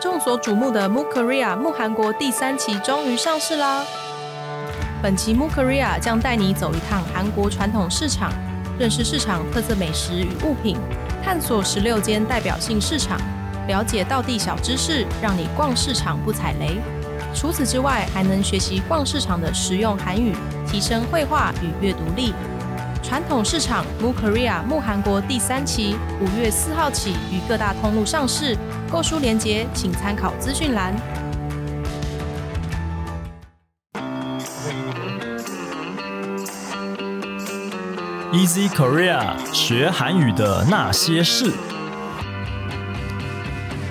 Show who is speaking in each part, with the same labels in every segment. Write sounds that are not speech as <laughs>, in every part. Speaker 1: 众所瞩目的 Move Korea 木韩国第三期终于上市啦！本期 Move Korea 将带你走一趟韩国传统市场，认识市场特色美食与物品，探索十六间代表性市场，了解道地小知识，让你逛市场不踩雷。除此之外，还能学习逛市场的实用韩语，提升绘画与阅读力。传统市场 Move Korea 木韩国第三期，五月四号起于各大通路上市，购书链接请参考资讯栏。
Speaker 2: Easy Korea 学韩语的那些事。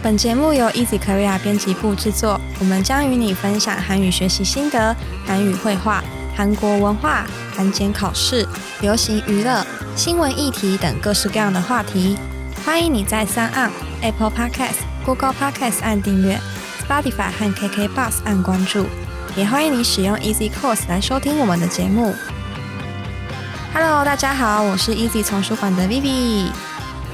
Speaker 3: 本节目由 Easy Korea 编辑部制作，我们将与你分享韩语学习心得、韩语绘画、韩国文化、韩检考试、流行娱乐、新闻议题等各式各样的话题。欢迎你在三岸 Apple Podcast、Google Podcast 按订阅，Spotify 和 KK Bus 按关注，也欢迎你使用 Easy Course 来收听我们的节目。Hello，大家好，我是 Easy 丛书馆的 Vivi。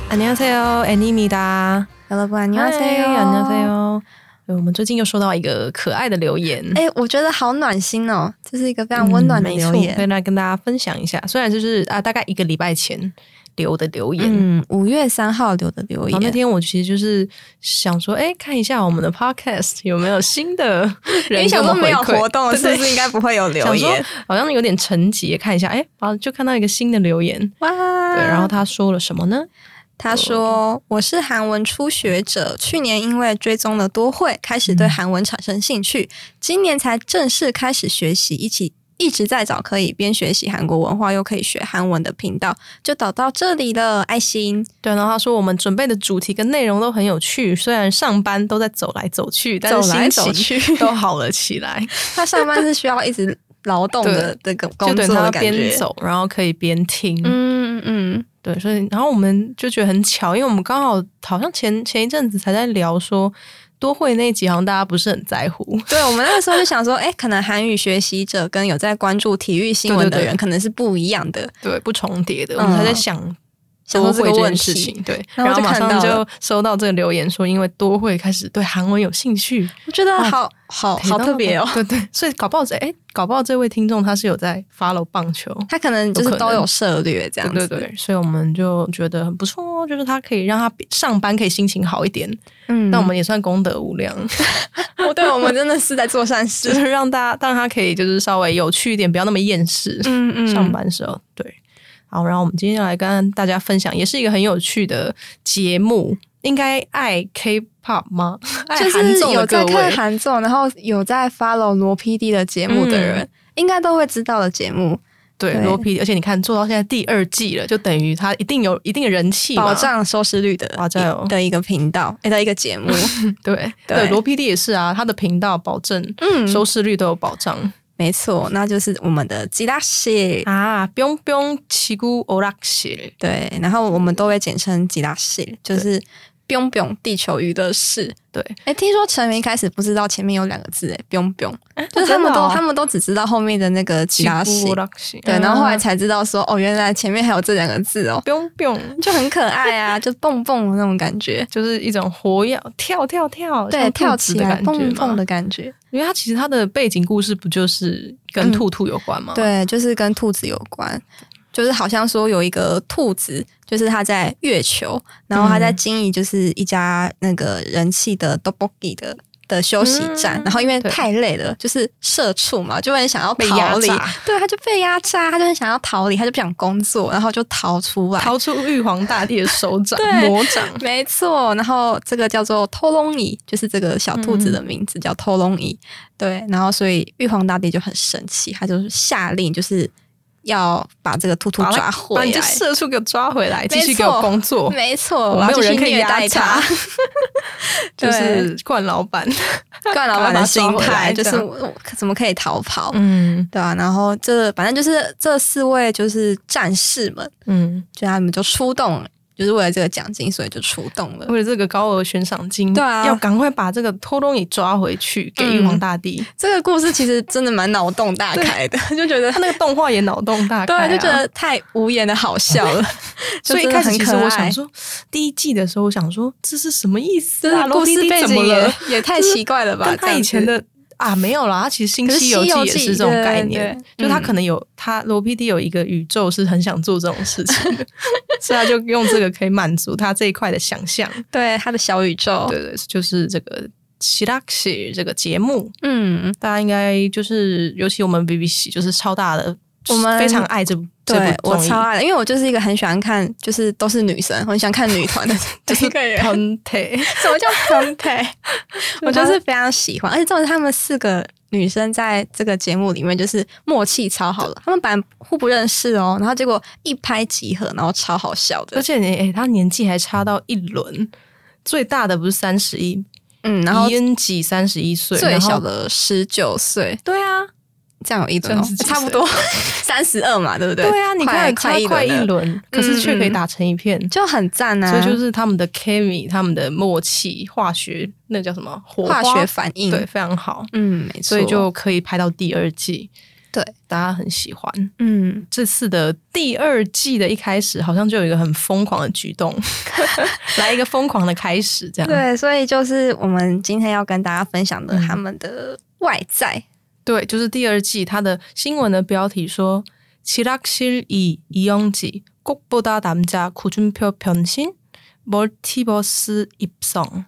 Speaker 1: 안녕하세요，애니미다。
Speaker 3: Hello，不안녕하세
Speaker 1: 嗨
Speaker 3: 요，
Speaker 1: 안녕하세。요。呃我们最近又收到一个可爱的留言，
Speaker 3: 哎、我觉得好暖心哦，这是一个非常温暖的
Speaker 1: 嗯
Speaker 3: 留
Speaker 1: 没错可以
Speaker 3: 言。
Speaker 1: 来跟大家分享一下。虽然就是啊，大概一个礼拜前留的留言，
Speaker 3: 嗯，五、月三号留的留
Speaker 1: 然后那
Speaker 3: 言，
Speaker 1: 天我其实就是想说，哎，看一下我们的 podcast 有没有新的
Speaker 3: 因
Speaker 1: 人
Speaker 3: 为
Speaker 1: 给
Speaker 3: 想
Speaker 1: 我
Speaker 3: 说
Speaker 1: 们
Speaker 3: 没有
Speaker 1: 回馈
Speaker 3: 活动，
Speaker 1: 对
Speaker 3: 是
Speaker 1: 对
Speaker 3: 不是应该不会有留
Speaker 1: 想说
Speaker 3: 言？
Speaker 1: 好像有点沉寂，看一下，哎，然后就看到一个新的留言，
Speaker 3: 哇！
Speaker 1: 对，
Speaker 3: 嗯
Speaker 1: 然后他说了什么呢？
Speaker 3: 他说：“我是韩文初学者，去年因为追踪了多会，开始
Speaker 1: 嗯
Speaker 3: 对韩文产生兴趣，今年才正式开始学习，一起一直在找可以边学习韩国文化又可以学韩文的频道，就导到这里了，爱心。
Speaker 1: 对，然后他说我们准备的主题跟内容都很有趣，虽然上班都在走来走去，但是
Speaker 3: 走来
Speaker 1: 心情都好了起来，
Speaker 3: 他上班是需要一直劳动的这个工
Speaker 1: 就等
Speaker 3: 作
Speaker 1: 他
Speaker 3: 的感
Speaker 1: 边
Speaker 3: 觉。”
Speaker 1: 走，然后可以边听，
Speaker 3: 嗯嗯
Speaker 1: 对，所以然后我们就觉得很巧，因为我们刚好好像前前一阵子才在聊说多会那集，好像大家不是很在乎， <laughs>
Speaker 3: 对，我们那个时候就想说，哎、可能韩语学习者跟有在关注体育新闻的
Speaker 1: 对对
Speaker 3: 人，可能是不一样的。
Speaker 1: 对，不重叠的，我们才在
Speaker 3: 嗯
Speaker 1: 想
Speaker 3: 想
Speaker 1: 多
Speaker 3: 说这
Speaker 1: 会
Speaker 3: 个
Speaker 1: 件
Speaker 3: 问
Speaker 1: 事
Speaker 3: 题
Speaker 1: 情，对，
Speaker 3: 然后
Speaker 1: 然后
Speaker 3: 就
Speaker 1: 马
Speaker 3: 看
Speaker 1: 上
Speaker 3: 到
Speaker 1: 就
Speaker 3: 了
Speaker 1: 收到这个留言说，因为多会开始对韩文有兴趣，
Speaker 3: 我觉得
Speaker 1: 哇
Speaker 3: 好好
Speaker 1: 陪到
Speaker 3: 好特别哦
Speaker 1: 他。对对，所以搞不好这哎，搞不好这位听众他是有在 follow 棒球。
Speaker 3: <laughs> 他可能就是
Speaker 1: 有可
Speaker 3: 都
Speaker 1: 能
Speaker 3: 有涉略这
Speaker 1: 对
Speaker 3: 样子，
Speaker 1: 对对，所以我们就觉得很不错哦，就是他可以让他比上班可以心情好一点，
Speaker 3: 嗯
Speaker 1: 那我们也算功德无量，
Speaker 3: 哦对我们真的是在做善
Speaker 1: 就
Speaker 3: 事，
Speaker 1: 是让大家让他可以就是稍微有趣一点，不要那么厌世。
Speaker 3: <laughs> 嗯嗯
Speaker 1: 上班时候对，好，然后我们今天来跟大家分享，也是一个很有趣的节目，应该爱 K-pop 吗？爱
Speaker 3: 就
Speaker 1: 韩
Speaker 3: 是
Speaker 1: 综的
Speaker 3: 有在
Speaker 1: 各
Speaker 3: 看
Speaker 1: 位。
Speaker 3: 韩综，然后有在 follow 罗 PD 的节目的人，
Speaker 1: 嗯
Speaker 3: 应该都会知道的节目，
Speaker 1: 对
Speaker 3: 对
Speaker 1: 罗 PD，而且你看做到现在第二季了，就等于他一定有一定的人气嘛
Speaker 3: 保障收视率的
Speaker 1: 保障哦
Speaker 3: 的一个频道，哎、的一个节 <laughs> 目，
Speaker 1: 对
Speaker 3: 对
Speaker 1: 对，罗 PD 也是啊，他的频道保证
Speaker 3: 嗯，
Speaker 1: 收视率都有保障、
Speaker 3: 没错，那就是我们的吉拉谢。
Speaker 1: 啊。不用不用，奇姑欧拉西，
Speaker 3: 对，然后我们都会简称吉拉市，就是“冰冰地球娱乐室”。
Speaker 1: 对，
Speaker 3: 哎，听说陈明一开始不知道前面有两个字，哎，冰冰，就是他
Speaker 1: 真的
Speaker 3: 们都、
Speaker 1: 哦
Speaker 3: 他们都只知道后面的那个吉拉市
Speaker 1: 奇姑，欧拉西。
Speaker 3: 对，然后后来
Speaker 1: 啊
Speaker 3: 才知道说，哦，原来前面还有这两个字哦，
Speaker 1: 不用不用，
Speaker 3: 就很可爱啊，就蹦蹦的那种感觉，
Speaker 1: 就是一种活跃跳跳跳，
Speaker 3: 对，
Speaker 1: 像兔
Speaker 3: 跳
Speaker 1: 子
Speaker 3: 起
Speaker 1: 的
Speaker 3: 来
Speaker 1: 感觉
Speaker 3: 蹦
Speaker 1: 嘛
Speaker 3: 蹦的感觉，
Speaker 1: 因为它其实它的背景故事不就是跟兔兔有关吗？，
Speaker 3: 嗯对，就是跟兔子有关。就是好像说有一个兔子，就是它在月球，然后它在
Speaker 1: 嗯
Speaker 3: 经营就是一家那个人气的 d o b o g i 的的休息站，
Speaker 1: 嗯
Speaker 3: 然后因为
Speaker 1: 对
Speaker 3: 太累了，就是社畜嘛，就很想要
Speaker 1: 被压
Speaker 3: 逃离
Speaker 1: 榨，
Speaker 3: 对，他就被压榨，他就很想要逃离，他就不想工作，然后就逃出来。
Speaker 1: 逃出玉皇大帝的手
Speaker 3: <laughs>
Speaker 1: 掌
Speaker 3: 对
Speaker 1: 魔掌。
Speaker 3: 没错，然后这个叫做偷龙椅，就是这个小兔子的名字、叫偷龙椅。对，然后所以玉皇大帝就很生气，他就是下令就是要把这个兔兔
Speaker 1: 把它
Speaker 3: 抓回
Speaker 1: 把你这
Speaker 3: 来。哦
Speaker 1: 社畜给我抓回来，
Speaker 3: 没
Speaker 1: 继续给我
Speaker 3: 错
Speaker 1: 工作，
Speaker 3: 没错，
Speaker 1: 我
Speaker 3: 要
Speaker 1: 没有
Speaker 3: 继续
Speaker 1: 人可以
Speaker 3: 虐
Speaker 1: 压
Speaker 3: 待
Speaker 1: 榨
Speaker 3: 他。，
Speaker 1: <laughs> 就是惯老
Speaker 3: <laughs>
Speaker 1: 板。
Speaker 3: 冠老 <laughs> 板的心态就是
Speaker 1: 把它抓
Speaker 3: 我我怎么可以逃跑？
Speaker 1: 嗯
Speaker 3: 对啊，然后这反正就是这四位就是战士们，
Speaker 1: 嗯，
Speaker 3: 就他们就出动就是为了这个奖金，所以就出动了。
Speaker 1: 为了这个高额悬赏金，
Speaker 3: 对啊
Speaker 1: 要赶快把这个偷东也抓回去，给玉皇大帝。
Speaker 3: 这个故事其实真的蛮脑洞大开的， <laughs> 就觉得
Speaker 1: 他那个动画也脑洞大开、啊，
Speaker 3: 对，就觉得太无言的好笑 <laughs> 了。
Speaker 1: 所以一
Speaker 3: 就真的
Speaker 1: 开始
Speaker 3: 很
Speaker 1: 其
Speaker 3: 可
Speaker 1: 实我
Speaker 3: 爱
Speaker 1: 想，说，第一季的时候我想说这是什么意思
Speaker 3: 真
Speaker 1: 啊？
Speaker 3: 的
Speaker 1: 罗
Speaker 3: 故
Speaker 1: 弟
Speaker 3: 事
Speaker 1: 弟
Speaker 3: 背
Speaker 1: 怎么
Speaker 3: 景
Speaker 1: 了
Speaker 3: 也？也太奇怪 <laughs> 了吧？
Speaker 1: 跟
Speaker 3: 这
Speaker 1: 他
Speaker 3: 样
Speaker 1: 以前
Speaker 3: 子
Speaker 1: 的啊没有啦，他其实新
Speaker 3: 可
Speaker 1: 《
Speaker 3: 是
Speaker 1: 西游
Speaker 3: 西
Speaker 1: 记
Speaker 3: 游》
Speaker 1: 也
Speaker 3: 记
Speaker 1: 是这种
Speaker 3: 对
Speaker 1: 概
Speaker 3: 对
Speaker 1: 念，
Speaker 3: 对
Speaker 1: 就他
Speaker 3: 嗯
Speaker 1: 可能有他罗 PD 有一个宇宙是很想做这种事情的， <laughs> 所以他就用这个可以满足他这一块的想象。
Speaker 3: 对他的小宇宙，
Speaker 1: 对对，就是这个《奇拉奇》这个节目，
Speaker 3: 嗯，
Speaker 1: 大家应该就是，尤其我们 BBC 就是超大的，
Speaker 3: 我们
Speaker 1: 非常爱这部这
Speaker 3: 对
Speaker 1: 部
Speaker 3: 我
Speaker 1: 综艺
Speaker 3: 超爱的，因为我就是一个很喜欢看，就是都是女生，我很喜欢看女团 <laughs> 的
Speaker 1: 就是
Speaker 3: 一个人。
Speaker 1: 喷嚏。
Speaker 3: 什么叫分配？ <laughs> 我
Speaker 1: 就
Speaker 3: 就是是非常喜欢，而且重点是他们四个女生在这个节目里面就是默契超好了，他们本来互不认识哦，然后结果一拍即合，然后超好笑
Speaker 1: 而
Speaker 3: 的，
Speaker 1: 且你诶、他年纪还差到一轮，最大的不是三十一，
Speaker 3: 嗯，然后
Speaker 1: 伊恩吉三十一岁，
Speaker 3: 最
Speaker 1: 然后
Speaker 3: 小的十九岁，
Speaker 1: 对啊，
Speaker 3: 这样有一轮、哦
Speaker 1: 这样是几，岁
Speaker 3: 差
Speaker 1: <laughs>
Speaker 3: 不多三十二嘛，对不对？
Speaker 1: 对啊，你看
Speaker 3: 快
Speaker 1: 差
Speaker 3: 一
Speaker 1: 快一
Speaker 3: 了，嗯
Speaker 1: 轮，可是却可以打成一片，
Speaker 3: 就很赞啊！
Speaker 1: 所以就是他们的 chemistry，他们的默契，化学那叫什么火花
Speaker 3: 化学反应，
Speaker 1: 对，，非常好，
Speaker 3: 嗯，没错，
Speaker 1: 所以就可以拍到第二季，
Speaker 3: 对，
Speaker 1: 大家很喜欢。
Speaker 3: 嗯，
Speaker 1: 这次的第二季的一开始，好像就有一个很疯狂的举
Speaker 3: <laughs>
Speaker 1: 动，来一个疯狂的开始，这样
Speaker 3: 对，所以就是我们今天要跟大家分享的
Speaker 1: 嗯
Speaker 3: 他们的外在，
Speaker 1: 对，就是第二季它的新闻的标题说“치락실이이영지꼭보다남자구준표변신 멀티버스 입성”。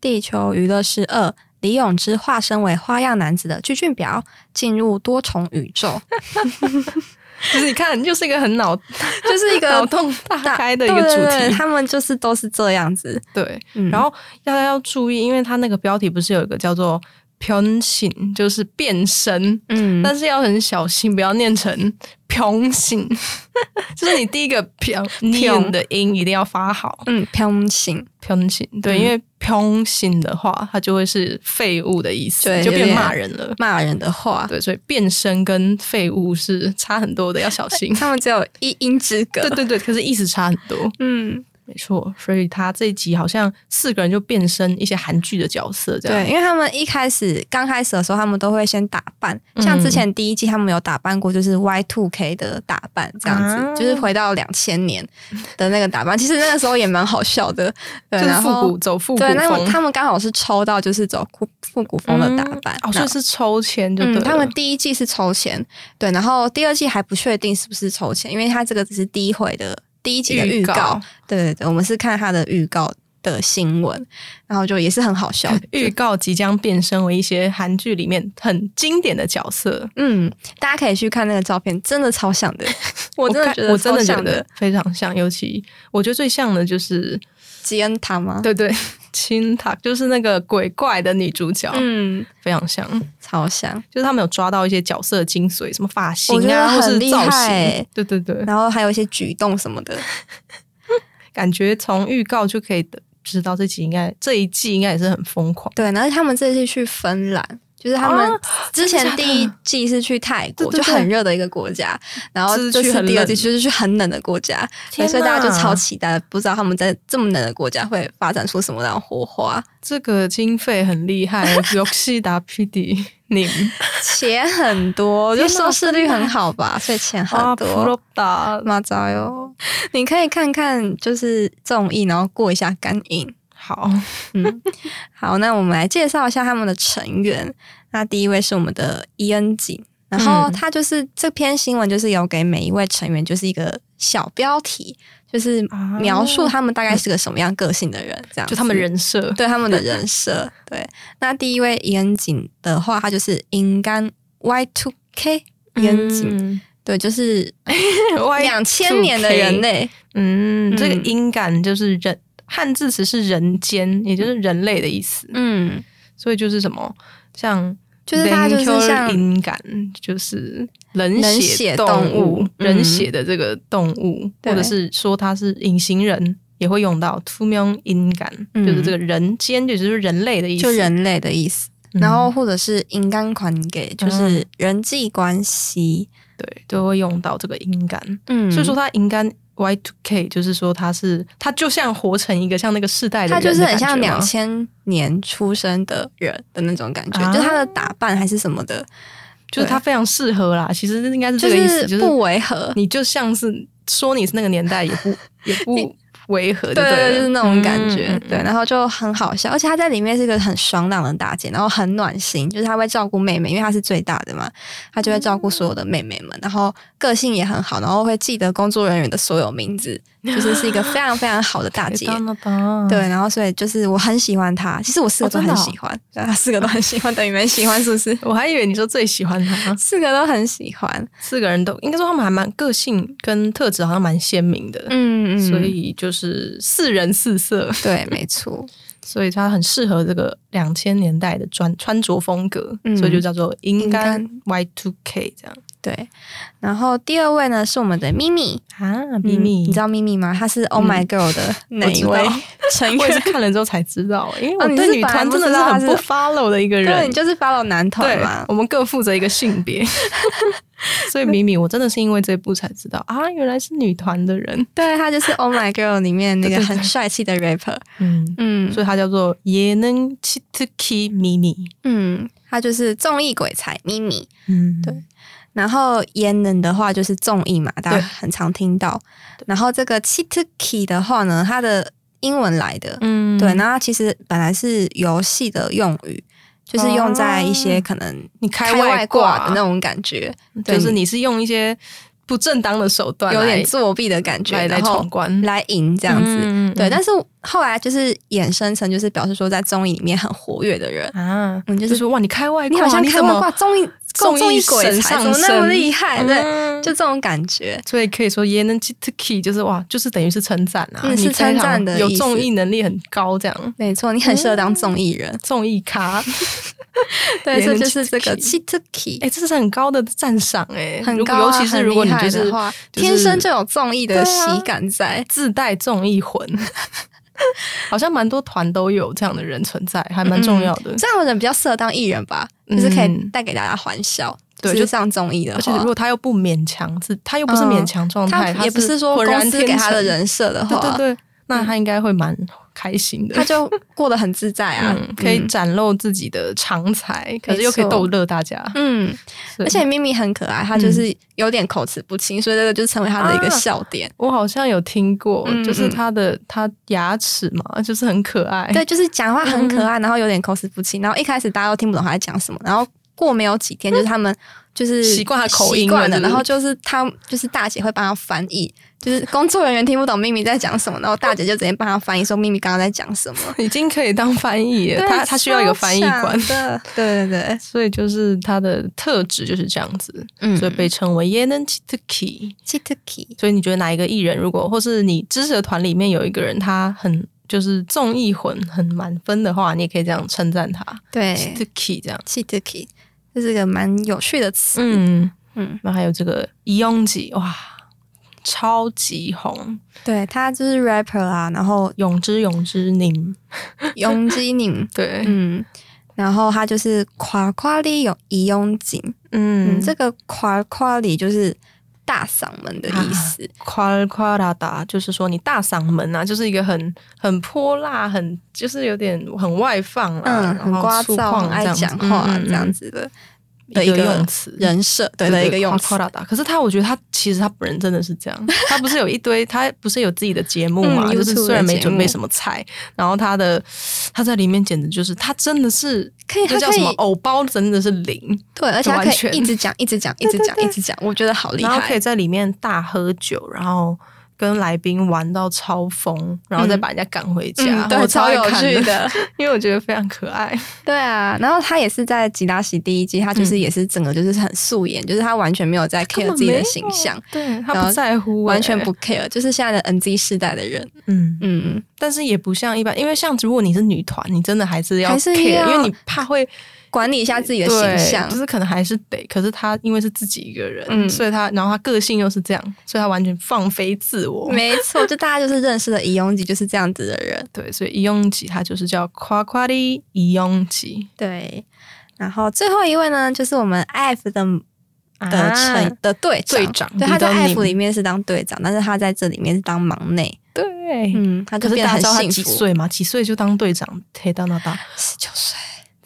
Speaker 3: 地球娱乐室二，李永芝化身为花样男子的具俊表，进入多重宇宙，
Speaker 1: <laughs> 就是你看，又是一个很
Speaker 3: <laughs>
Speaker 1: 脑
Speaker 3: 就是一
Speaker 1: 脑 <laughs>
Speaker 3: 个
Speaker 1: 洞大开的一个
Speaker 3: 对
Speaker 1: 主
Speaker 3: 对啊对
Speaker 1: 题。
Speaker 3: 他们就是都是这样子。
Speaker 1: 对，
Speaker 3: 嗯
Speaker 1: 然后大家要注意，因为它那个标题不是有一个叫做“변신”，就是变身。
Speaker 3: 嗯，
Speaker 1: 但是要很小心，不要念成“平醒”， <laughs> 就是你第一个“平”
Speaker 3: <laughs>
Speaker 1: 念的音一定要发好。
Speaker 3: 嗯，飘行，
Speaker 1: 平行，对，
Speaker 3: 嗯
Speaker 1: 因为平行的话，它就会是废物的意思，
Speaker 3: 对
Speaker 1: 就
Speaker 3: 有
Speaker 1: 变
Speaker 3: 点
Speaker 1: 骂人了。
Speaker 3: 骂人的话，。
Speaker 1: 对，所以变身跟废物是差很多的，要小心
Speaker 3: <laughs> 他们只有一音之隔。
Speaker 1: 对对对，可是意思差很多，
Speaker 3: 嗯，
Speaker 1: 没错。所以他这一集好像四个人就变身一些韩剧的角色，这样
Speaker 3: 对，因为他们一开始刚开始的时候，他们都会先打扮，
Speaker 1: 嗯
Speaker 3: 像之前第一季他们有打扮过，就是 Y Two K 的打扮这样子，
Speaker 1: 啊
Speaker 3: 就是回到两千年的那个打扮。其实那个时候也蛮好笑的，对，
Speaker 1: 就是
Speaker 3: 然后
Speaker 1: 复古走复古
Speaker 3: 对，那
Speaker 1: 风，
Speaker 3: 他们刚好是抽到就是走复复古风的打扮，
Speaker 1: 哦，所以
Speaker 3: 那
Speaker 1: 是抽签就对
Speaker 3: 嗯，
Speaker 1: 了。
Speaker 3: 他们第一季是抽签，对，然后第二季还不确定是不是抽签，因为他这个只是第一回的第一集的预
Speaker 1: 预告
Speaker 3: <laughs> 对对对，我们是看他的预告的新闻，然后就也是很好笑，
Speaker 1: <laughs> 预
Speaker 3: 就
Speaker 1: 告即将变身为一些韩剧里面很经典的角色。
Speaker 3: 嗯，大家可以去看那个照片，真的超像
Speaker 1: <laughs>
Speaker 3: 的，我真的
Speaker 1: 看
Speaker 3: 觉得
Speaker 1: 我真
Speaker 3: 超
Speaker 1: 的觉
Speaker 3: 像
Speaker 1: 得非常像，尤其我觉得最像的就是
Speaker 3: 吉恩塔吗？，
Speaker 1: 对对 <laughs> 青塔，就是那个鬼怪的女主角，
Speaker 3: 嗯，
Speaker 1: 非常像。
Speaker 3: 超像，
Speaker 1: 就是他们有抓到一些角色的精髓，什么发型
Speaker 3: 我觉
Speaker 1: 啊，
Speaker 3: 得
Speaker 1: 或
Speaker 3: 很
Speaker 1: 是
Speaker 3: 厉
Speaker 1: 造
Speaker 3: 害
Speaker 1: 型
Speaker 3: 欸，
Speaker 1: 对对对，
Speaker 3: 然后还有一些举动什么的，
Speaker 1: 感觉从预告就可以得知道这集应该这一季应该也是很疯狂。
Speaker 3: 对，然后他们这次去芬兰，就是他们
Speaker 1: 啊
Speaker 3: 之前
Speaker 1: 真的假的
Speaker 3: 第一季是去泰国，
Speaker 1: 对对
Speaker 3: 就很热的一个国家，然后
Speaker 1: 这次
Speaker 3: 这
Speaker 1: 去
Speaker 3: 次
Speaker 1: 很
Speaker 3: 第二
Speaker 1: 冷
Speaker 3: 季就是去很冷的国家，所
Speaker 1: 天
Speaker 3: 以大家就
Speaker 1: 哪
Speaker 3: 超期待，不知道他们在这么冷的国家会发展出什么样的火花。
Speaker 1: 这个经费很厉害， <laughs> 游戏达 <laughs> PD 你
Speaker 3: 钱
Speaker 1: <laughs>
Speaker 3: 很多，就
Speaker 1: 天哪
Speaker 3: 收视率很好吧，所以钱很
Speaker 1: 啊，普
Speaker 3: 多
Speaker 1: 罗。达
Speaker 3: 妈糟哟！你可以看看就是综艺，然后过一下干瘾。
Speaker 1: 好， <laughs>
Speaker 3: 嗯，好，那我们来介绍一下他们的成员。那第一位是我们的伊恩景，然后
Speaker 1: 嗯
Speaker 3: 他就是、这篇新闻就是有给每一位成员就是一个小标题，就是
Speaker 1: 啊
Speaker 3: 描述他们大概是个什么样个性的人，这样
Speaker 1: 就他们
Speaker 3: 子
Speaker 1: 人
Speaker 3: <laughs>
Speaker 1: 设，
Speaker 3: 对他们的人设。 <laughs> 对，那第一位伊恩景的话，他就是银干 Y Two K 伊恩景，
Speaker 1: 嗯
Speaker 3: 对，就是
Speaker 1: <laughs> ，Y
Speaker 3: 两千年的人类，
Speaker 1: 嗯，这个
Speaker 3: 嗯
Speaker 1: 音感就是人汉字词是人间，也就是人类的意思，
Speaker 3: 嗯，
Speaker 1: 所以就是什么像
Speaker 3: 就是它就是
Speaker 1: venture
Speaker 3: 像
Speaker 1: 音感，就是冷
Speaker 3: 冷血
Speaker 1: 血动
Speaker 3: 动物嗯
Speaker 1: 人血的这个动物，
Speaker 3: 对
Speaker 1: 或者是说它是隐形人。也会用到 투명音感，
Speaker 3: 嗯
Speaker 1: 就是这个人间，也就是人类的意思。
Speaker 3: 就人类的意思。
Speaker 1: 嗯，
Speaker 3: 然后或者是应干款给，就是人际关系，
Speaker 1: 对，都会用到这个音感。
Speaker 3: 嗯
Speaker 1: 所以说，它音感 Y two K，就是说它是它就像活成一个像那个世代的
Speaker 3: 他
Speaker 1: 人的
Speaker 3: 就是很
Speaker 1: 感觉
Speaker 3: 像
Speaker 1: 吗
Speaker 3: 两千年出生的人的那种感觉，
Speaker 1: 啊
Speaker 3: 就他的打扮还是什么的，
Speaker 1: 就是它非常适合啦。其实应该是这
Speaker 3: 就
Speaker 1: 个意思，就是是
Speaker 3: 不违和。
Speaker 1: 你就像是说你是那个年代，也
Speaker 3: <laughs>
Speaker 1: 不也不违和就
Speaker 3: 对
Speaker 1: 对
Speaker 3: 对，
Speaker 1: 了，
Speaker 3: 就是那种感觉，
Speaker 1: 嗯嗯嗯
Speaker 3: 对，然后就很好笑，而且他在里面是一个很爽朗的大姐，然后很暖心，就是他会照顾妹妹，因为她是最大的嘛，她就会照顾所有的妹妹们，然后个性也很好，然后会记得工作人员的所有名字，就是是一个非常非常好
Speaker 1: <laughs>
Speaker 3: 的大姐，对，然后所以就是我很喜欢她，其实我四个都
Speaker 1: 哦真的
Speaker 3: 很
Speaker 1: 哦
Speaker 3: 喜欢，对，她四个都很喜欢，等于没喜欢是
Speaker 1: <laughs>
Speaker 3: 不是？
Speaker 1: 我还以为你说最喜欢他，
Speaker 3: 四个都很喜欢，
Speaker 1: 四个人都应该说他们还蛮个性跟特质好像蛮鲜明的，
Speaker 3: 嗯
Speaker 1: 所以就是四人四色， <laughs>
Speaker 3: 对，没错，
Speaker 1: 所以它很适合这个两千年代的穿穿着风格，
Speaker 3: 嗯
Speaker 1: 所以就叫做
Speaker 3: 应
Speaker 1: 应该
Speaker 3: 干
Speaker 1: Y two K 这样
Speaker 3: 对。然后第二位呢是我们的咪咪，
Speaker 1: 啊，
Speaker 3: 嗯
Speaker 1: 秘密，
Speaker 3: 你知道咪咪吗？她是 Oh My <laughs> Girl 的哪一位
Speaker 1: 我知道
Speaker 3: 成
Speaker 1: 我也是
Speaker 3: 员？
Speaker 1: 看了之后才知道，因为
Speaker 3: 哦
Speaker 1: 我
Speaker 3: 你
Speaker 1: 对
Speaker 3: 是
Speaker 1: 女
Speaker 3: 本来
Speaker 1: 团
Speaker 3: 不
Speaker 1: 真的
Speaker 3: 知
Speaker 1: 是
Speaker 3: 道她
Speaker 1: 很
Speaker 3: 是
Speaker 1: 不 follow 的一个
Speaker 3: 对，
Speaker 1: 人
Speaker 3: 你。就是 follow 男团
Speaker 1: 对
Speaker 3: 嘛，。
Speaker 1: 我们各负责一个性
Speaker 3: <laughs>
Speaker 1: 别，所以米米，我真的是因为这部才知道啊，原来是女团的人，
Speaker 3: 对，他就是 Oh My Girl 里面那个
Speaker 1: 对对对
Speaker 3: 很帅气的 rapper。
Speaker 1: 嗯，
Speaker 3: 嗯
Speaker 1: 所以她叫做也能 Chitki 米米，
Speaker 3: 嗯，他就是综艺鬼才咪咪。
Speaker 1: 嗯，
Speaker 3: 对然后延能的话就是综艺嘛，大家
Speaker 1: 对
Speaker 3: 很常听到。然后这个 Chituki 的话呢，它的英文来的，
Speaker 1: 嗯
Speaker 3: 对，那它其实本来是游戏的用语，就是用在一些
Speaker 1: 哦
Speaker 3: 可能
Speaker 1: 你开
Speaker 3: 开外
Speaker 1: 外
Speaker 3: 挂
Speaker 1: 挂
Speaker 3: 的那种感觉，对
Speaker 1: 就是你是用一些不正当的手段来，
Speaker 3: 有点作弊的感觉，
Speaker 1: 来来
Speaker 3: 然后
Speaker 1: 闯关
Speaker 3: 来赢这样子。
Speaker 1: 嗯嗯嗯
Speaker 3: 对，但是后来就是衍生成，就是表示说在综艺里面很活跃的人，
Speaker 1: 啊，
Speaker 3: 嗯，就
Speaker 1: 就是是说哇，你开外挂，
Speaker 3: 你好像开
Speaker 1: 怎
Speaker 3: 外
Speaker 1: 么
Speaker 3: 挂综艺
Speaker 1: 综
Speaker 3: 综艺鬼
Speaker 1: 神
Speaker 3: 才
Speaker 1: 上
Speaker 3: 怎么那么
Speaker 1: 身
Speaker 3: 厉害？对，
Speaker 1: 嗯
Speaker 3: 就这种感觉。
Speaker 1: 所以可以说 y e n e n t i k i 就是哇，就是等于是称赞啊，
Speaker 3: 嗯
Speaker 1: 你
Speaker 3: 是
Speaker 1: 非常
Speaker 3: 称赞的
Speaker 1: 有
Speaker 3: 意思
Speaker 1: 综艺能力很高，这样
Speaker 3: 没错，你很适合当综艺人，
Speaker 1: 综艺咖，
Speaker 3: 对，
Speaker 1: 也
Speaker 3: 这
Speaker 1: 能
Speaker 3: 就是这个
Speaker 1: Chituki
Speaker 3: Chituki，
Speaker 1: 哎，这是很高的赞赏哎，
Speaker 3: 很
Speaker 1: 如
Speaker 3: 高
Speaker 1: 果
Speaker 3: 啊、
Speaker 1: 尤其是
Speaker 3: 很
Speaker 1: 如果
Speaker 3: 厉
Speaker 1: 你
Speaker 3: 害
Speaker 1: 就
Speaker 3: 的
Speaker 1: 是
Speaker 3: 话
Speaker 1: 就
Speaker 3: 天生
Speaker 1: 是
Speaker 3: 就有综艺的
Speaker 1: 对
Speaker 3: 喜
Speaker 1: 啊
Speaker 3: 感在，
Speaker 1: 自带综艺魂， <laughs> 好像蛮多团都有这样的人存在，还蛮重要的。
Speaker 3: 嗯这样的人比较适合当艺人吧，就是可以
Speaker 1: 嗯
Speaker 3: 带给大家欢笑。
Speaker 1: 对
Speaker 3: 就是
Speaker 1: 就
Speaker 3: 上综艺的话，
Speaker 1: 而且如果他又不勉强自，他又不是勉强状态，
Speaker 3: 哦他也不是说
Speaker 1: 浑
Speaker 3: 公
Speaker 1: 然
Speaker 3: 司
Speaker 1: 天
Speaker 3: 给他的
Speaker 1: 成
Speaker 3: 人设的话，
Speaker 1: <laughs>
Speaker 3: 嗯
Speaker 1: 对对对，那他应该会蛮开心的。
Speaker 3: 他就过得很自在啊，
Speaker 1: 嗯，可以展露自己的长才，可是又可以逗乐大家。
Speaker 3: 嗯。嗯，
Speaker 1: 所以
Speaker 3: 而且咪咪很可爱，她
Speaker 1: 嗯
Speaker 3: 就是有点口齿不清，所以这个就成为她的一个
Speaker 1: 啊
Speaker 3: 笑点。
Speaker 1: 我好像有听过
Speaker 3: 嗯，
Speaker 1: 就是他的他牙齿嘛，就是很可爱。
Speaker 3: 对，就是讲话
Speaker 1: 嗯
Speaker 3: 很可爱，然后有点口齿不清，然后一开始大家都听不懂她在讲什么，然后过没有几天，就是他们就是
Speaker 1: <laughs> 习惯她口音
Speaker 3: 习惯了，
Speaker 1: 了是不
Speaker 3: 然
Speaker 1: 是
Speaker 3: 后就是她就是大姐会帮她翻译，就是工作人员听不懂咪咪在讲什么，然后大姐就直接帮她翻译，说咪咪刚刚在讲什么。
Speaker 1: <laughs> 已经可以当翻译了，
Speaker 3: 对
Speaker 1: 他他需要一个翻译官，
Speaker 3: 超强
Speaker 1: <laughs>
Speaker 3: 的，对对对，
Speaker 1: 所以就是他的特质就是这样子，
Speaker 3: 嗯
Speaker 1: 所以被称为 Yenan Chituki。
Speaker 3: Chituki，
Speaker 1: 所以你觉得哪一个艺人，如果或是你支持的团里面有一个人，他很就是综艺魂很满分的话，你也可以这样称赞他
Speaker 3: 对
Speaker 1: Chituki 这样。
Speaker 3: ，Chituki，这是个蛮有趣的词。
Speaker 1: 嗯，
Speaker 3: 嗯，
Speaker 1: 然后还有这个伊拥挤，哇，超级红，
Speaker 3: 对，他就是 rapper 啊，然后
Speaker 1: 永之永之宁，
Speaker 3: 拥挤你，
Speaker 1: 嗯 <laughs> 对，
Speaker 3: 嗯，然后他就是夸夸里有一拥紧，嗯，
Speaker 1: 嗯
Speaker 3: 这个夸夸里就是大嗓门的意思，
Speaker 1: 夸夸啦达，就是说你大嗓门啊，就是一个很很泼辣，很就是有点很外放啦，
Speaker 3: 嗯，
Speaker 1: 啊然
Speaker 3: 很
Speaker 1: 后
Speaker 3: 聒
Speaker 1: 粗
Speaker 3: 噪，
Speaker 1: 犷
Speaker 3: 很爱
Speaker 1: 这样子
Speaker 3: 讲话啊
Speaker 1: 嗯嗯嗯嗯
Speaker 3: 这样子的的
Speaker 1: 一个用词
Speaker 3: 人设，对的一个用词
Speaker 1: 夸夸。啦达。可是他，我觉得他其实他本人真的是这样，他不是有一堆，他不是有自己的节目嘛，
Speaker 3: 嗯
Speaker 1: 就是虽
Speaker 3: YouTube 的节
Speaker 1: 然
Speaker 3: 目
Speaker 1: 没准备什么菜，然后他的他在里面简直就是他真的是
Speaker 3: 可以
Speaker 1: 那
Speaker 3: 他
Speaker 1: 叫
Speaker 3: 可
Speaker 1: 什
Speaker 3: 以
Speaker 1: 么偶包，真的是零。
Speaker 3: 对，而且他可
Speaker 1: 完
Speaker 3: 以
Speaker 1: 全
Speaker 3: 一直讲，一直讲，一直讲，
Speaker 1: 对对
Speaker 3: 一直讲，我觉得好厉
Speaker 1: 然后可以
Speaker 3: 害。
Speaker 1: 在里面大喝酒，然后跟来宾玩到超疯，然后再把人家赶回家，
Speaker 3: 嗯，对，
Speaker 1: 我
Speaker 3: 超
Speaker 1: 爱
Speaker 3: 有
Speaker 1: 看
Speaker 3: 趣
Speaker 1: 的，
Speaker 3: 的，
Speaker 1: 因为我觉得非常可爱。
Speaker 3: 对啊。然后他也是在《吉拉喜》第一季，他就是也是整个就是很素颜，就是他完全没有在 care 自己的形象，
Speaker 1: 对
Speaker 3: 然
Speaker 1: 他
Speaker 3: 后
Speaker 1: 不在乎、欸
Speaker 3: 完全不，care，就是现在的 NZ 世代的人，
Speaker 1: 嗯，
Speaker 3: 嗯，
Speaker 1: 但是也不像一般，因为像如果你是女团，你真的还是要 care，
Speaker 3: 还是要
Speaker 1: 因为你怕会
Speaker 3: 管理一下自己的
Speaker 1: 对
Speaker 3: 形象
Speaker 1: 就，是可能还是得。可是他因为是自己一个人，
Speaker 3: 嗯
Speaker 1: 所以他然后他个性又是这样，所以他完全放飞自我。
Speaker 3: 没错，就大家就是认识的伊拥吉就是这样子的
Speaker 1: <laughs>
Speaker 3: 人，
Speaker 1: 对，所以伊拥挤他就是叫夸夸的伊拥挤。
Speaker 3: 对。然后最后一位呢，就是我们 F 的的成、
Speaker 1: 啊
Speaker 3: 的队长
Speaker 4: 队长
Speaker 3: 对，他在
Speaker 4: 李登
Speaker 3: 爱
Speaker 4: 宁
Speaker 3: 芙里面是当队长，但是他在这里面是当忙内，
Speaker 1: 对。
Speaker 3: 嗯，他
Speaker 4: 可
Speaker 3: 就是变
Speaker 4: 大
Speaker 3: 得
Speaker 4: 家知道他
Speaker 3: 很
Speaker 4: 几
Speaker 3: 幸福。
Speaker 1: 岁嘛，几岁就当队长，铁到那大，
Speaker 3: 十九岁，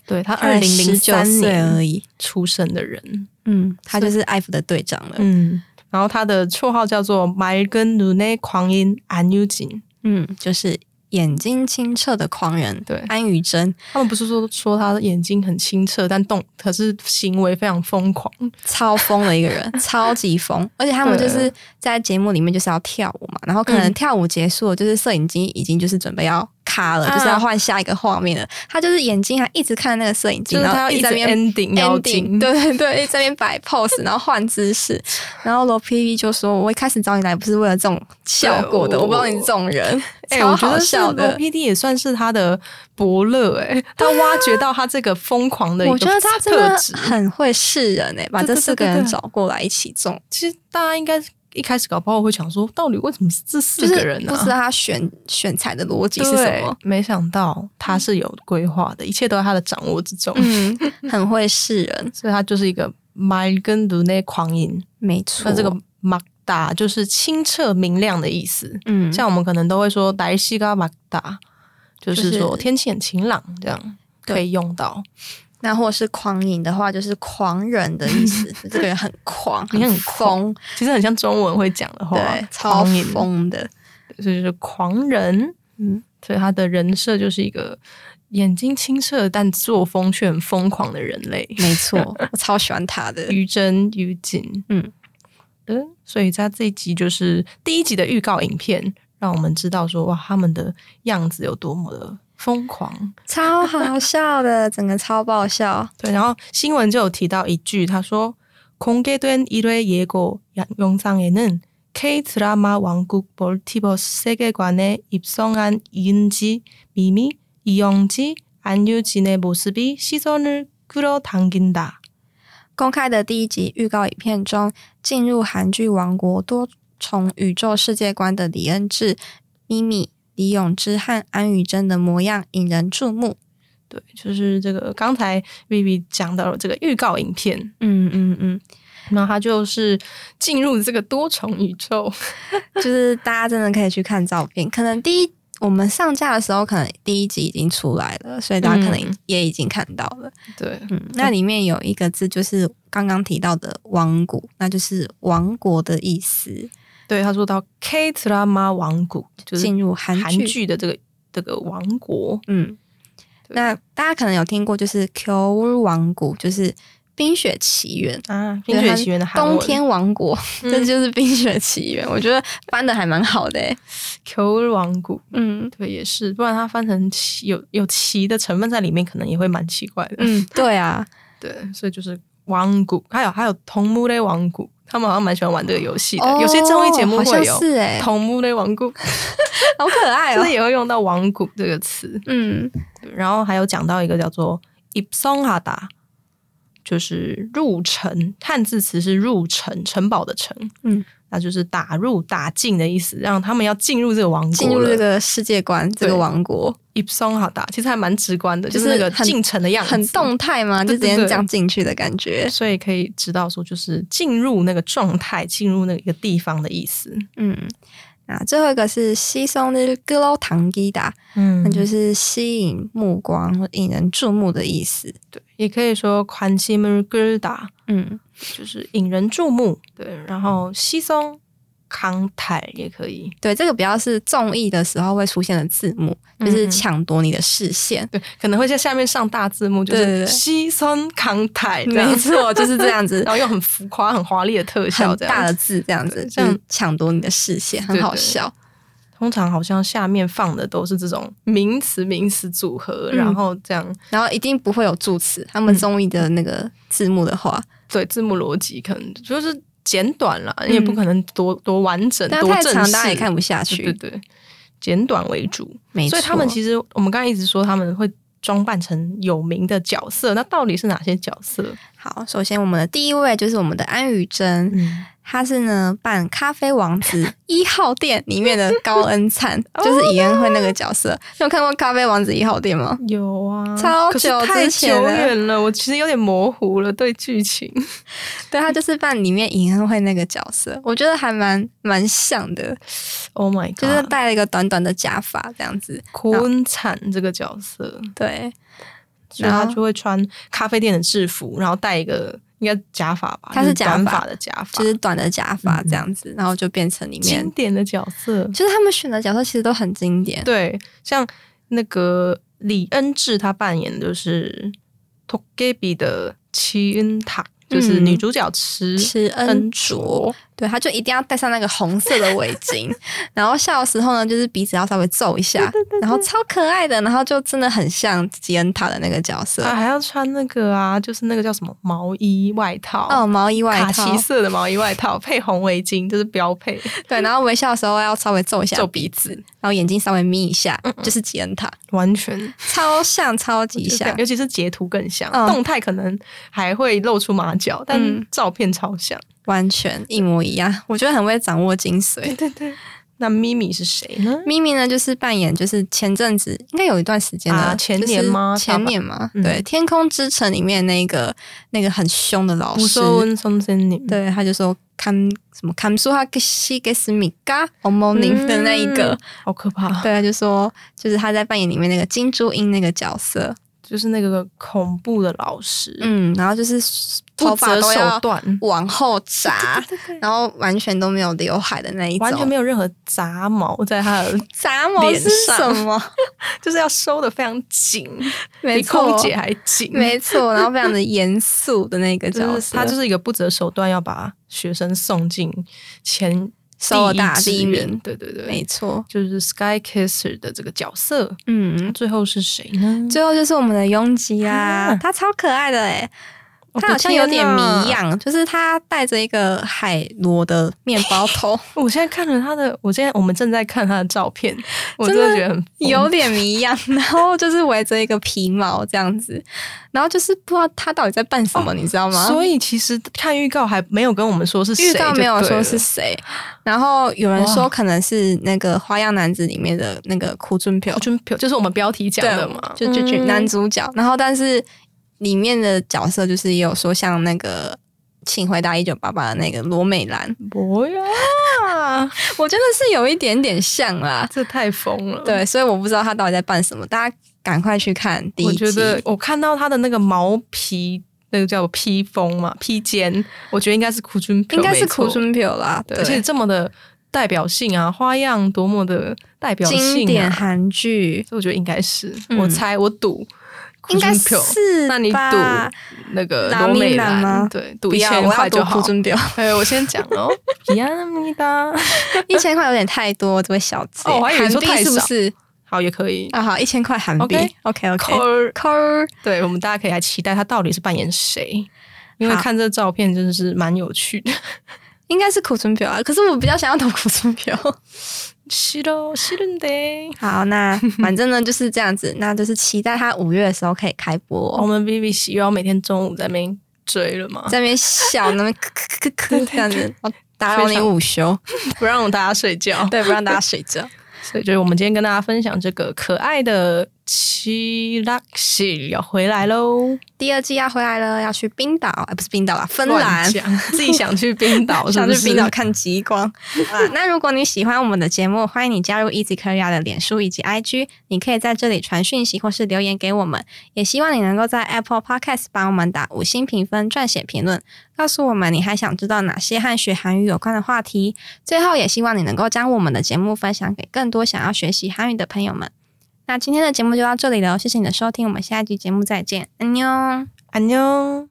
Speaker 1: 对他二
Speaker 3: 二
Speaker 1: 零
Speaker 3: 零
Speaker 1: 零
Speaker 3: 零九
Speaker 1: 三
Speaker 3: 岁而
Speaker 1: 年
Speaker 3: 已，
Speaker 1: 出生的人，
Speaker 3: 嗯，他就是爱芙的队长了，
Speaker 1: 嗯，然后他的绰号叫做 “My 跟 Lune 狂音安优景
Speaker 3: 嗯，就是眼睛清澈的狂人，
Speaker 1: 对
Speaker 3: 安于真”，
Speaker 1: 他们不是说说他的眼睛很清澈，但动可是行为非常疯狂，
Speaker 3: 超疯的一
Speaker 1: <laughs>
Speaker 3: 个人，超级疯，而且他们
Speaker 1: 对
Speaker 3: 就是在节目里面就是要跳舞嘛，然后可能
Speaker 1: 嗯
Speaker 3: 跳舞结束了，就是摄影机已经就是准备要卡了，就是要
Speaker 1: 啊
Speaker 3: 换下一个画面了，他就是眼睛还一直看那个摄影机，
Speaker 1: 就是
Speaker 3: 然后
Speaker 1: 他要
Speaker 3: 一
Speaker 1: 一
Speaker 3: 直
Speaker 1: 直
Speaker 3: 在那边
Speaker 1: ending 妖精
Speaker 3: ending，对对对，一直在那边摆 pose，然后换姿
Speaker 1: <laughs>
Speaker 3: 势，然后罗 PV 就说：“我一开始找你来不是为了这种效果的，
Speaker 1: 对
Speaker 3: 我不知道你这种人，
Speaker 1: <laughs> 哎、
Speaker 3: 超
Speaker 1: 我觉
Speaker 3: 好
Speaker 1: 得是
Speaker 3: 笑
Speaker 1: 罗
Speaker 3: 的。”
Speaker 1: PD 也算是他的伯乐哎、他挖掘到他这个疯狂的一个
Speaker 3: 我觉得他真
Speaker 1: 特
Speaker 3: 的
Speaker 1: 质。
Speaker 3: 很会示人诶、把
Speaker 1: 对
Speaker 3: 这
Speaker 1: 对对
Speaker 3: 四个
Speaker 1: 对
Speaker 3: 人
Speaker 1: 对
Speaker 3: 找过来一起中，
Speaker 1: 其实大家应该一开始搞不好会想说，到底为什么是这
Speaker 3: 就
Speaker 1: 四个
Speaker 3: 是
Speaker 1: 人呢、啊
Speaker 3: 不知道他选选材的逻辑是什
Speaker 1: 对
Speaker 3: 么。
Speaker 1: 没想到他是有规划的，一切都在他的掌握之中，
Speaker 3: 嗯，很会示人，
Speaker 1: 所以他就是一个 my 跟 l u n 狂音。
Speaker 3: 没错。
Speaker 1: 那这个 m a g d a 就是清澈明亮的意思，
Speaker 3: 嗯，
Speaker 1: 像我们可能都会说 d a i s i g a m a g d a 就
Speaker 3: 就是是
Speaker 1: 说天气很晴朗，这样
Speaker 3: 对
Speaker 1: 可以用到。
Speaker 3: 那或者是狂饮的话，就是狂人的意
Speaker 1: <laughs>
Speaker 3: 思，这个人很狂，
Speaker 1: 你很
Speaker 3: 疯，
Speaker 1: 其实很像中文会讲的话，
Speaker 3: 对，超
Speaker 1: 狂淫
Speaker 3: 疯的。
Speaker 1: 所以就是狂人，
Speaker 3: 嗯，
Speaker 1: 所以他的人设就是一个眼睛清澈但作风却很疯狂的人类，
Speaker 3: 没错， <laughs> 我超喜欢他的。
Speaker 1: 于真于景，
Speaker 3: 嗯，
Speaker 1: 对，所以在这一集就是第一集的预告影片，让我们知道说哇，他们的样子有多么的疯狂，
Speaker 3: 超好笑的，整个超爆笑。
Speaker 1: 对，然后新闻就有提到一句，他说공개된일회예고영상에는 K 드라마 왕국 멀티버스 세계관에 입성한 이은지, 미미, 이영지, 안유진의 모습이 시선을 끌어당긴다.
Speaker 3: 公开的第一集预告影片中，进入韩剧王国多重宇宙世界观的李恩智、咪咪、李永芝和安宇珍的模样引人注目。
Speaker 1: 对，就是这个刚才 Vivi 讲到了这个预告影片，
Speaker 3: 嗯嗯嗯，
Speaker 1: 那他就是进入这个多重宇宙，
Speaker 3: 就是大家真的可以去看照片。可能第一我们上架的时候，可能第一集已经出来了，所以大家可能
Speaker 1: 嗯
Speaker 3: 也已经看到了。
Speaker 1: 对，
Speaker 3: 嗯，那里面有一个字就是刚刚提到的“王国”，那就是王国的意思，
Speaker 1: 对，他说到 K drama 王国，就是
Speaker 3: 进入韩
Speaker 1: 韩
Speaker 3: 剧。
Speaker 1: 剧的这个这个王国，
Speaker 3: 嗯，
Speaker 1: 对
Speaker 3: 那大家可能有听过，就是 Q 王国，就是《冰雪奇缘》。
Speaker 1: 啊，《冰雪奇缘》的韩文
Speaker 3: 冬天王国，
Speaker 1: 嗯
Speaker 3: 这就是《冰雪奇缘》， <laughs> 我觉得翻的还蛮好的、欸。
Speaker 1: Q 王谷，
Speaker 3: 嗯
Speaker 1: 对，也是，不然它翻成奇有有奇的成分在里面，可能也会蛮奇怪的。
Speaker 3: 嗯，
Speaker 1: <laughs>
Speaker 3: 对啊，
Speaker 1: 对，所以就是王谷，还有还有同木类王谷，他们好像蛮喜欢玩这个游戏的，
Speaker 3: 哦
Speaker 1: 有些综艺节目
Speaker 3: 好
Speaker 1: 会
Speaker 3: 像
Speaker 1: 有。
Speaker 3: 是哎、
Speaker 1: 同木类王
Speaker 3: <laughs>
Speaker 1: 谷，
Speaker 3: 好可爱
Speaker 1: 就
Speaker 3: 哦、
Speaker 1: 是也会用到“王谷”这个词。
Speaker 3: 嗯，
Speaker 1: 对然后还有讲到一个叫做 “ibsonhada”，就是入城，汉字词是入城，城堡的城。
Speaker 3: 嗯，
Speaker 1: 那就是打入、打进的意思，让他们要进入这个王国了，
Speaker 3: 进入这个世界观，这个
Speaker 1: 对
Speaker 3: 王国
Speaker 1: Epson 好打，其实还蛮直观的，
Speaker 3: 就
Speaker 1: 就是是那个
Speaker 3: 很
Speaker 1: 进城的样子，
Speaker 3: 很动，态嘛，就
Speaker 1: 对
Speaker 3: 直接
Speaker 1: 对对
Speaker 3: 这样进去的感觉。
Speaker 1: 所以可以知道说，就是进入那个状态，进入那个地方的意思。
Speaker 3: 嗯，那最后一个是吸收的格罗唐基达，
Speaker 1: 嗯
Speaker 3: 那就是是吸引目光、引人注目的意思。
Speaker 1: 也可以说宽西门格打，
Speaker 3: 嗯，
Speaker 1: 就是引人注目。嗯对，然后稀松康泰也可以。
Speaker 3: 对，这个比较是综艺的时候会出现的字幕，就
Speaker 1: 嗯
Speaker 3: 是
Speaker 1: 嗯
Speaker 3: 抢夺你的视线。
Speaker 1: 对，可能会在下面上大字幕，就
Speaker 3: 对对对
Speaker 1: 是稀松康泰这样
Speaker 3: 没，错，就是这样子
Speaker 1: 啊 <laughs> 然，后用很浮夸、很华丽的特效，
Speaker 3: 很
Speaker 1: 这
Speaker 3: 大
Speaker 1: 样
Speaker 3: 的
Speaker 1: 子。
Speaker 3: 字这样子，
Speaker 1: 对
Speaker 3: 就
Speaker 1: 像
Speaker 3: 是抢夺你的视线，
Speaker 1: 对
Speaker 3: 很好
Speaker 1: 对
Speaker 3: 笑。
Speaker 1: 通常好像下面放的都是这种名词、名词组合，
Speaker 3: 嗯
Speaker 1: 然后这样
Speaker 3: 然后一定不会有助词，他们
Speaker 1: 嗯
Speaker 3: 综艺的那个字幕的话，
Speaker 1: 对字幕逻辑可能就是简短啦，你也不可能多多完整、
Speaker 3: 嗯但
Speaker 1: 多
Speaker 3: 太
Speaker 1: 正
Speaker 3: 长
Speaker 1: 式，
Speaker 3: 大家也看不下
Speaker 1: 对对
Speaker 3: 去。
Speaker 1: 对，简短为主。
Speaker 3: 没错，
Speaker 1: 所以他们其实我们刚才一直说他们会装扮成有名的角色，那到底是哪些角色？
Speaker 3: 好，首先我们的第一位就是我们的安宇珍，
Speaker 1: 嗯，
Speaker 3: 他是呢扮咖啡王子一号店里面的高
Speaker 1: <laughs>
Speaker 3: 恩灿，就是尹恩惠那个角色。你有看过《咖啡王子一号店》吗？
Speaker 1: 有啊，
Speaker 3: 超
Speaker 1: 可是
Speaker 3: 久
Speaker 1: 太久
Speaker 3: 之前了
Speaker 1: 远了，我其实有点模糊了对剧
Speaker 3: <laughs>
Speaker 1: 情。
Speaker 3: 对，他就是扮里面尹恩惠那个角色，我觉得还蛮蛮像的，
Speaker 1: Oh my god，
Speaker 3: 就是戴了一个短短的假发这样子。
Speaker 1: 坤灿这个角色，
Speaker 3: 对，
Speaker 1: 所以
Speaker 3: 然
Speaker 1: 他
Speaker 3: 后
Speaker 1: 就会穿咖啡店的制服，然后戴一个应该假发吧，
Speaker 3: 他
Speaker 1: 就是是
Speaker 3: 假
Speaker 1: 短
Speaker 3: 发
Speaker 1: 发的假发，
Speaker 3: 就是短的假发这样子，然后就变成里面
Speaker 1: 嗯经，典的角色。
Speaker 3: 就是他们选的角色其实都很经典。
Speaker 1: 对，像那个李恩智，他扮演的是 Togebi 的齐恩塔，就是女主角池
Speaker 3: 嗯池恩
Speaker 1: 卓。
Speaker 3: 对，他就一定要戴上那个红色的围巾， <laughs> 然后笑的时候呢，就是鼻子要稍微皱一下，然后超可爱的，然后就真的很像吉恩塔的那个角色，
Speaker 1: 啊，还要穿那个啊，就是那个叫什么毛衣外套，
Speaker 3: 哦，毛衣外
Speaker 1: 卡
Speaker 3: 套，
Speaker 1: 其色的毛衣外套配红围巾，这是标
Speaker 3: <laughs>
Speaker 1: 配。
Speaker 3: 对，然后微笑的时候要稍微皱一下
Speaker 1: 皱嗯
Speaker 3: 鼻子，然后眼睛稍微眯一下，就是吉恩塔，
Speaker 1: 完全
Speaker 3: 超像，超级
Speaker 1: 就是这
Speaker 3: 像
Speaker 1: 样，。尤其是截图更像，
Speaker 3: 嗯
Speaker 1: 动态可能还会露出马脚，但
Speaker 3: 嗯
Speaker 1: 照片超像。
Speaker 3: 完全一模一样，我觉得很会掌握精髓。
Speaker 1: 对对，那咪咪是谁呢？
Speaker 3: 咪咪呢，就是扮演就是前阵子应该有一段时间了，
Speaker 1: 啊前年
Speaker 3: 就是
Speaker 1: 吗
Speaker 3: 前年吗？
Speaker 1: 嗯
Speaker 3: 对，天空之城》里面那个那个很凶的老
Speaker 1: 不
Speaker 3: 师，
Speaker 1: 说温松森宁，
Speaker 3: 对，他就说看什么看书哈给西给斯米嘎欧蒙宁的那一个，
Speaker 1: 嗯好可
Speaker 3: <laughs>
Speaker 1: 怕，
Speaker 3: 对，他就说就是他在扮演里面那个金珠英那个角色，
Speaker 1: 就是那个恐怖的老师，
Speaker 3: 嗯，然后就是
Speaker 1: 不
Speaker 3: 头发
Speaker 1: 择
Speaker 3: 都
Speaker 1: 手
Speaker 3: 要
Speaker 1: 段，
Speaker 3: 往后扎，然后完全都没有刘海的那一种，
Speaker 1: 完全没
Speaker 3: 有
Speaker 1: 有任何杂毛在他
Speaker 3: <laughs>
Speaker 1: 的，
Speaker 3: 杂毛
Speaker 1: 脸
Speaker 3: 是
Speaker 1: 上 <laughs>
Speaker 3: 什么？
Speaker 1: 就是要收的非常紧，
Speaker 3: 没
Speaker 1: 比
Speaker 3: 错，
Speaker 1: 空姐还紧，
Speaker 3: 没错，然后非常的严肃的那个角
Speaker 1: 就
Speaker 3: 色，
Speaker 1: 是 <laughs> 他就是一个不择手段要把学生送进前
Speaker 3: 首尔大
Speaker 1: 第
Speaker 3: 第
Speaker 1: 一
Speaker 3: 一
Speaker 1: 志愿
Speaker 3: 名
Speaker 1: 对对对，
Speaker 3: 没错，
Speaker 1: 就是 Sky Kisser 的这个角色，
Speaker 3: 嗯。
Speaker 1: 最后是谁呢？
Speaker 3: 最后就是我们的拥挤啊，
Speaker 1: 啊
Speaker 3: 他超可爱的哎、
Speaker 1: 我的
Speaker 3: 他好像有点
Speaker 1: 哦天
Speaker 3: 迷
Speaker 1: 哪
Speaker 3: 样，就是他戴着一个海螺的面包
Speaker 1: <laughs>
Speaker 3: 头，哦
Speaker 1: 我现在看了他的，我现在我们正在看他的照片，我真
Speaker 3: 真的
Speaker 1: 的觉得很疯
Speaker 3: 有点迷样， <laughs> 然后就是围着一个皮毛这样子，然后就是不知道他到底在办什么，你知道吗？
Speaker 1: 哦所以其实看预告还没有跟我们说是谁，
Speaker 3: 预告没有说是。谁，然后有人说可能是那个《花样男子》里面的那个苦尊朴，
Speaker 1: 哦就就是我们标题讲的嘛，
Speaker 3: 就就就
Speaker 1: 嗯
Speaker 3: 男主角，然后但是里面的角色就是也有说像那个。请回答一九八八的那个罗美兰，
Speaker 1: 不
Speaker 3: 啊
Speaker 1: 要，
Speaker 3: 我真的是有一点点像啦，
Speaker 1: 这太疯了。，
Speaker 3: 对，所以我不知道他到底在办什么，大家赶快去看第一
Speaker 1: 我
Speaker 3: 集。
Speaker 1: 觉得我看到他的那个毛皮，那个叫披风嘛，披肩，我觉得应该是苦君朴，
Speaker 3: 应该是
Speaker 1: 没错
Speaker 3: 苦春表啦，
Speaker 1: 对，而且这么的代表性啊，花样多么的代表性、啊，
Speaker 3: 经典韩剧
Speaker 1: 所以我觉得应该是，
Speaker 3: 嗯
Speaker 1: 我猜我赌，
Speaker 3: 应该
Speaker 1: Kuzun Pyo
Speaker 3: 是
Speaker 1: 那你
Speaker 3: 吧
Speaker 1: 赌那个
Speaker 3: 拿
Speaker 1: 罗美
Speaker 3: 米兰
Speaker 1: 兰
Speaker 3: 吗
Speaker 1: 对，赌
Speaker 3: 不
Speaker 1: 一
Speaker 3: 要
Speaker 1: 千
Speaker 3: 我要
Speaker 1: 块
Speaker 3: 赌
Speaker 1: 就好
Speaker 3: 苦。春表，
Speaker 1: 哎，我先讲哦，平安咪哒，
Speaker 3: <laughs> 一千块有点太多，这位小姐，
Speaker 1: 哦我还以为
Speaker 3: 韩
Speaker 1: 说
Speaker 3: 币
Speaker 1: 太
Speaker 3: 是不
Speaker 1: 少
Speaker 3: 是？
Speaker 1: <laughs> 好也可以。
Speaker 3: 啊，好，一千块韩币
Speaker 1: OK
Speaker 3: ，OK OK，
Speaker 1: Cor-
Speaker 3: 扣儿
Speaker 1: 对我们大家可以来期待他到底是扮演谁，因为
Speaker 3: 好
Speaker 1: 看这照片真的是蛮有趣
Speaker 3: <laughs>
Speaker 1: 的。
Speaker 3: 应该是苦春表啊，可是我比较想要读苦春表。
Speaker 1: 是咯，是的。
Speaker 3: <laughs> 好， <laughs> 那反正呢就是这样子，那就是期待它五月的时候可以开播、
Speaker 1: 我们 B B 喜又要每天中午在那边追了
Speaker 3: <laughs>
Speaker 1: 嘛，
Speaker 3: 在那边笑，那边咳咳咳 <laughs> 咳这样子，然后打扰
Speaker 1: 非
Speaker 3: 你
Speaker 1: 常
Speaker 3: 午休，
Speaker 1: 不让大家睡觉。
Speaker 3: <laughs> 对，不让大家睡觉。
Speaker 1: 所以就是我们今天跟大家分享这个可爱的七拉西要回来喽，
Speaker 3: <laughs> 第二季要回来了，要去冰岛，哎，不是冰岛啦，芬
Speaker 1: 乱
Speaker 3: 兰。
Speaker 1: 讲 <laughs> 自己想去冰
Speaker 3: <laughs>
Speaker 1: 岛，是
Speaker 3: 想
Speaker 1: 不
Speaker 3: 去
Speaker 1: 是？
Speaker 3: 冰岛看
Speaker 1: <laughs>
Speaker 3: 极光。好啦那如果你喜欢我们的节目，欢迎你加入 Easy Korea 的脸书以及 IG，你可以在这里传讯息或是留言给我们。也希望你能够在 Apple Podcast 帮我们打五星评分、撰写评论，告诉我们你还想知道哪些和学韩语有关的话题。最后，也希望你能够将我们的节目分享给更多想要学习韩语的朋友们。那今天的节目就到这里了，谢谢你的收听，我们下一集节目再见，安妞。
Speaker 1: 安妞。